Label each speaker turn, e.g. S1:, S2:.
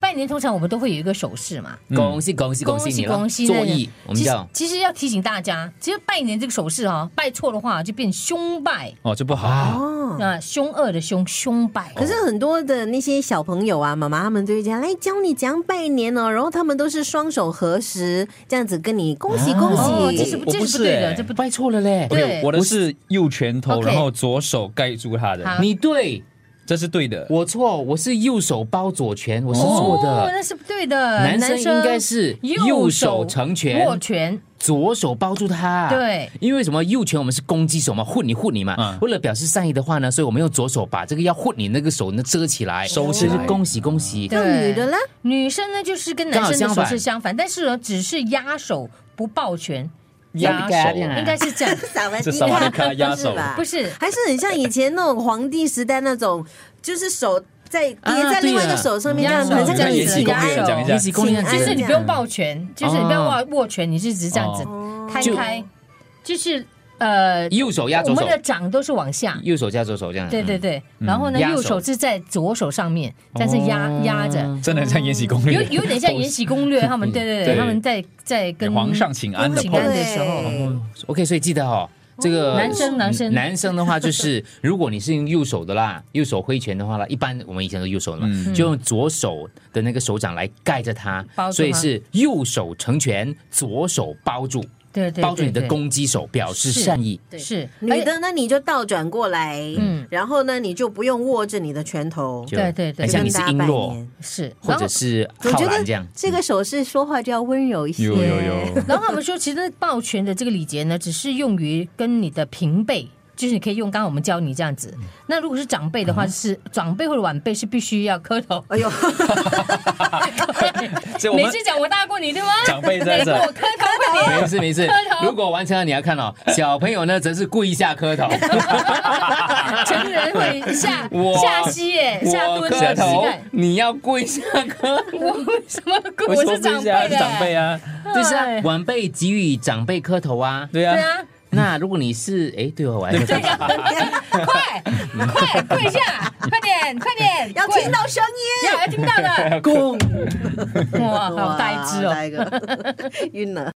S1: 拜年通常我们都会有一个手势嘛，
S2: 嗯
S3: 恭喜恭喜
S1: 恭
S3: 喜
S1: 喜
S3: 你了！
S1: 恭喜
S3: 啊作
S1: 那个
S3: 揖，我们
S1: 其实
S3: 叫
S1: 其实要提醒大家，其实拜年这个手势哦，拜错的话就变凶拜，
S2: 哦，就不
S1: 啊
S2: 好。
S4: 哦。
S1: 那凶恶的凶凶拜。
S3: 哦
S4: 可是很多的那些小朋友啊，妈妈他们都会讲，来教你怎样拜年哦，然后他们都是双手合十，这样子跟你恭喜恭
S1: 哦这
S4: 喜
S1: 是。
S3: 我
S1: 这
S3: 不
S1: 是
S3: 是
S1: 不对的
S3: 欸
S1: 这不
S3: 拜错了嘞。
S1: 对哦
S2: OK，我的是右拳头，
S1: OK
S2: 然后左手盖住他
S1: 好
S2: 的，
S3: 你对
S2: 这是对的。
S3: 我错，我是右手包左拳，我是错
S1: 哦，
S3: 的。
S1: 那是不对的。
S3: 男生应该是右手成拳
S1: 握，拳，
S3: 左手包住他。
S1: 对，
S3: 因为什么？右拳我们是攻击手嘛，护你护你嘛。
S2: 嗯
S3: 为了表示善意的话呢，所以我们用左手把这个要护你那个手呢遮起来，
S2: 收起来
S3: 就是恭喜恭喜。
S1: 对
S4: 那女 的呢？
S1: 女生呢就是跟男生
S3: 刚
S1: 的
S3: 好
S1: 手
S3: 相
S1: 势
S3: 反
S1: 相反，但是呢只是压手不抱拳，
S2: 压手啊
S1: 应该是这样，
S4: 萨瓦
S2: 这萨瓦迪卡压
S4: 是
S2: 手
S4: 吧？
S1: 不 是
S4: 还是很像以前那种皇帝时代那种，就是手在叠在另外一个手上面，
S1: 啊
S4: 这样
S1: 对啊
S4: 很像
S1: 这样
S4: 这
S1: 子
S4: 样子
S1: 的压手
S4: 的。
S2: 讲一下
S3: 恭喜恭喜
S4: 请！安
S1: 其实你不用
S4: 这样
S1: 抱拳，就是你不要握
S3: 哦
S1: 握拳，你是只是这样子摊开，就是呃，
S3: 右手压
S1: 我
S3: 左
S1: 们
S3: 手，
S1: 的掌都是往下。
S3: 右手压左手这样。
S1: 对对
S3: 嗯，
S1: 对，然后呢，
S3: 压手
S1: 右手是在左手上面，但是压
S3: 哦
S1: 压着，
S2: 真的很像《延禧攻略
S1: 有》，有点像《延禧攻略》，他们对对对，
S2: 对
S1: 他们在在跟
S2: 皇上请安的
S1: 请
S2: pose
S1: 安的时候，嗯
S4: 对
S3: OK，所以记得哦，这个嗯
S1: 男生男生
S3: 男生的 话就是，如果你是用右手的啦，右手挥拳的话啦，一般我们以前都右手的嘛，
S2: 嗯
S3: 就用左手的那个手掌来盖着它
S1: 包，住它
S3: 所以是右手成拳，左手包住，
S1: 对对，
S3: 包住你
S1: 对
S3: 的，攻击手，表示
S1: 是
S3: 善意。
S1: 对是哎
S4: 女，的那你就倒转过来，
S1: 嗯
S4: 然后呢，你就不用握着你的拳头，
S3: 就
S1: 对对对
S3: 很像你是璎
S4: 就跟大家拜
S3: 珞
S4: 年，
S1: 而且是，
S3: 或
S1: 然后
S3: 者是
S4: 我
S3: 浩
S4: 觉
S3: 然这样嗯
S4: 得。这
S1: 嗯
S4: 个手势说话就要温柔一些。
S2: 有有 有，
S1: 然后他们说，其实抱拳的这个礼节呢，只是用于跟你的平辈，就是你可以用刚刚我们教你这样子。那如果是长辈的话，是长辈或者晚辈是必须要磕头。
S4: 哎呦，
S2: 所以我
S1: 每
S2: 们
S1: 次讲我大过你对吗？
S2: 长辈在这
S1: 你给 我磕头快点。
S3: 没事没事
S1: 磕，头
S3: 如果完成了你要看哦，小朋友呢则是跪下磕 头，
S1: 成人会 下
S3: 我
S1: 下膝耶，下
S3: 我
S1: 蹲
S3: 磕
S1: 下膝
S3: 头
S1: 盖。，
S3: 你要跪下磕头。
S1: 我什么鬼？
S2: 为
S1: 我
S2: 什么
S1: 是长辈
S2: 不是啊是
S1: 耶
S2: 长辈啊，
S3: 就是啊
S1: 哎
S3: 晚辈给予长辈磕头啊。
S2: 对
S1: 对啊，
S2: 啊，
S3: 那如果你是哎，对哦，我还在
S1: 快快跪下，快点快点，
S4: 要
S1: 跪
S4: 听到声 音，
S1: 要要听到的，
S4: 公
S1: 哇，好呆滞哦
S4: 哇。来一个 晕了。